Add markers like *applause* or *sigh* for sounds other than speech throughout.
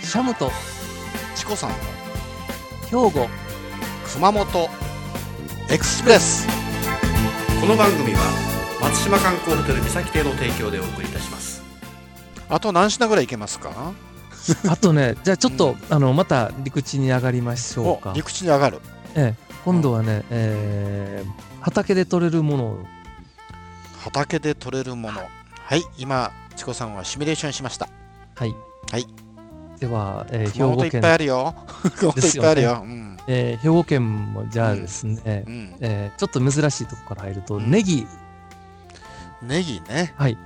久本チコさんの兵庫熊本エクスプレスこの番組は松島観光ホテル三崎邸の提供でお送りいたしますあと何品ぐらいいけますか *laughs* あとねじゃあちょっと、あのまた陸地に上がりましょおうか陸地に上がるええ、今度はね、えー畑で取れるものを畑で取れるものはい今チコさんはシミュレーションしましたはい、はい、では、えー兵熊本庫いっ県ぱいあるよ熊本いっぱいあるよえー兵庫県もじゃあですね、うん、うんえーちょっと珍しいとこから入ると、うんネギネギねはい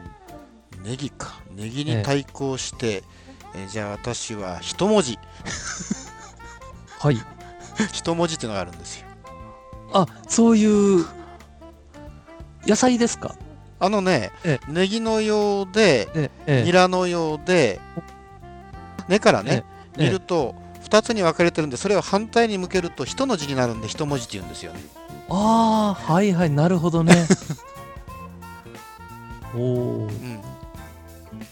ネギかネギに対抗して、えーじゃあ私は一文字はい一文字っていうのがあるんですよあそういう野菜ですかあのねえネギのようでええニラのようで根からねええ見ると2つに分かれてるんでそれを反対に向けると一の字になるんで一文字って言うんですよねああはいはいなるほ *laughs* どねおおうん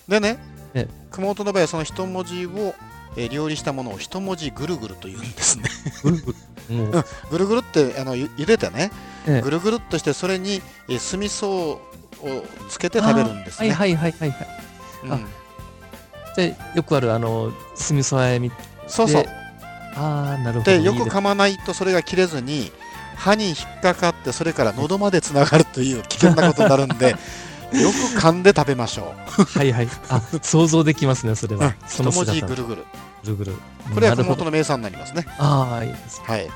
でねええ熊本の場合はその一文字をえー料理したものを一文字ぐるぐると言うんですね *laughs* ぐるぐるもうぐるぐるってあのゆ茹でてねええぐるぐるっとしてそれにえー酢味噌をつけて食べるんですはいねはいはいはいはいうんあでよくあるあの酢味噌あえみってそうそうああなるほどでよくいいで噛まないとそれが切れずに歯に引っかかってそれから喉までつながるという危険なことになるん *laughs* でよく噛んで食べましょうすはいはい *laughs* あ想像できますねそれはそ一の文字姿ぐるぐるぐるぐるこれはなるほ熊本どの名産になりますねああいいですはい、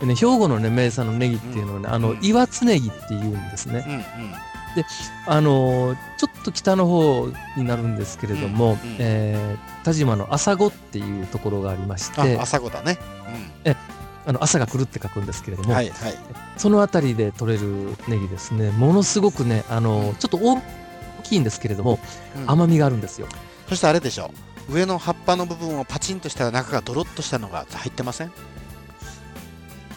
でね、兵庫のね、名産のネギっていうのはね、あのう、ん岩津ネギっていうんですね。うんうん、あのー、ちょっと北の方になるんですけれども、うんうんえー田島の朝子っていうところがありましあて、あ朝子だね、の、朝が来るって書くんですけれどうん、も、はいはいその辺りで取れるネギですね、ものすごくね、あのー、ちょっと大きいんですけれども、うん甘みがあるんですよ。そしてあれでしょ上の葉っぱの部分をパチンとしたら中がドロッとしたのが入ってません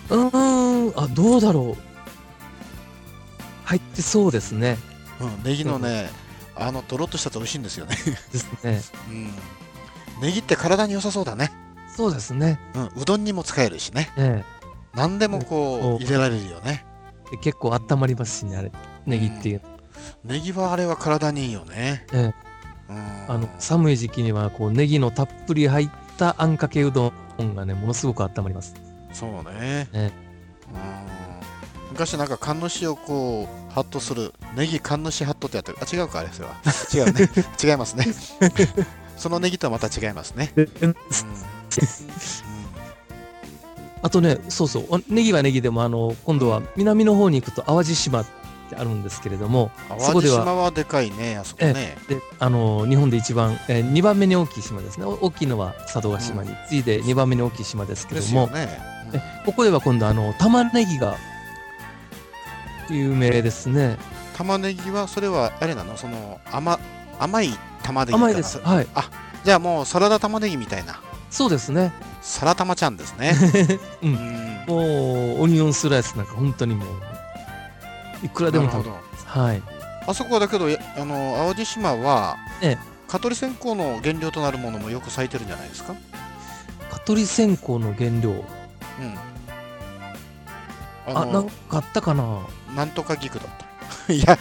うーん、あ、どうだろう。入ってそうですね。うんネギのねあのドロッとしたと美味しいんですよね、ですね。うん、ネギって体に良さそうだね、そうですね。うん、うどんにも使えるしねえ何でもこおう入れられるよねえで結構温まりますしね、あれ、ネギっていうのはネギはあれは体にいいよねえうんあの寒い時期にはこうネギのたっぷり入ったあんかけうどんがねものすごく温まりますそうねえうん昔なんか缶の塩をこうハッとするネギ缶の塩ハットってやってるあ違うかあれそれは *laughs* 違うね違いますねそのネギとはまた違いますね、うんうんあとねそうそうおネギはネギでもあの今度は南の方に行くと淡路島ってあるんですけれどもそ淡こ路で島ははでかいねあそこねであの日本で一番、え2番目に大きい島ですねお大きいのは佐渡島に次いで2番目に大きい島ですけれでどすも、よね、うんえここでは今度あの玉ねぎが有名ですね玉ねぎはそれはあれなのその甘甘い玉ねぎかな甘いですはいじゃあもうサラダ玉ねぎみたいなそうですねサラ玉ちゃんですね *laughs* うんんもうオニオンスライスなんか本当にもういくらでもなる食ほべどはいあそこはだけどやあの淡路島は、ええ蚊取り線香の原料となるものもよく咲いてるんじゃないですか、蚊取り線香の原料うん、あなあんのかあったかななんとか菊だった *laughs* いや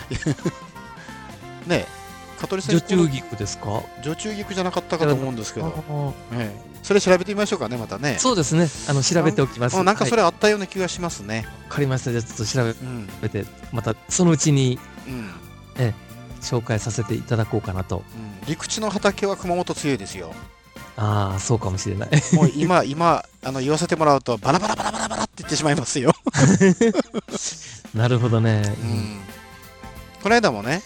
ねえ蚊取り線女香中菊ですか女中菊じゃなかったかと思うんですけあど、ーええそれ調べてみましょうかねまたねそうですねあの調べておきますうんなんかそれ、れあったような気がしますね、はいわかりましたじゃあちょっと調うんべてまたそのうちにうんうん、紹介させていただこうかなと陸地の畑は熊本強いですよああそうかもしれない *laughs* もう今 *laughs* 今あの言わせてもらうとバラバラバラバラバラって言ってしまいますよなるほどね、この間もね、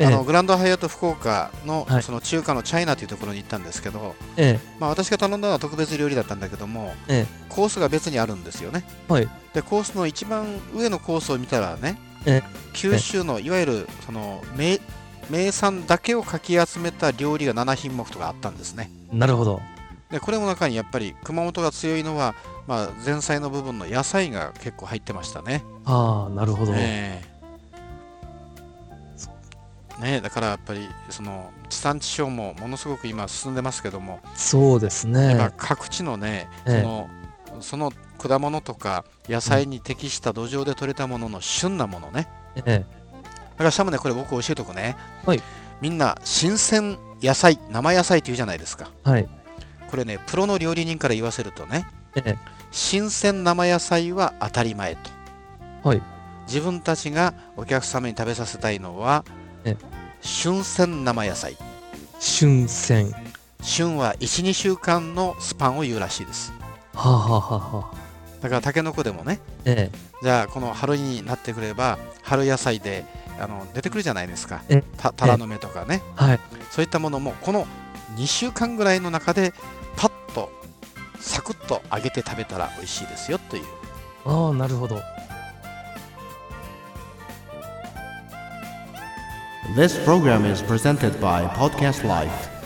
ええあのグランドハイアット福岡の,、はいその中華のチャイナというところに行ったんですけど、えまあ、私が頼んだのは特別料理だったんだけども、ええコースが別にあるんですよね。はいでコースの一番上のコースを見たらね、ええ九州のいわゆるその名名産だけをかき集めた料理が7品目とかあったんですね。えなるほどでこれも中にやっぱり熊本が強いのは、まあ、前菜の部分の野菜が結構入ってましたね。ああなるほど、ええね、だからやっぱりその地産地消もものすごく今進んでますけども、そうですね今。各地のね、ええそのその果物とか野菜に適した土壌で採れたものの旬なものね、えだからシャムねこれ僕教えとくね、はいみんな新鮮野菜生野菜って言うじゃないですかえはい。これねプロの料理人から言わせるとねええ新鮮生野菜は当たり前と、はい自分たちがお客様に食べさせたいのは、ええ旬鮮生野菜春戦。旬は12週間のスパンを言うらしいですはあ、はあはあはあ、だからタケノコでもねえじゃあこの春になってくれば春野菜であの出てくるじゃないですかえたタラの芽とかねえはい。そういったものもこの2週間ぐらいの中でパッとサクッと揚げて食べたら美味しいですよというああ、なるほど。 This program is presented by Podcast Life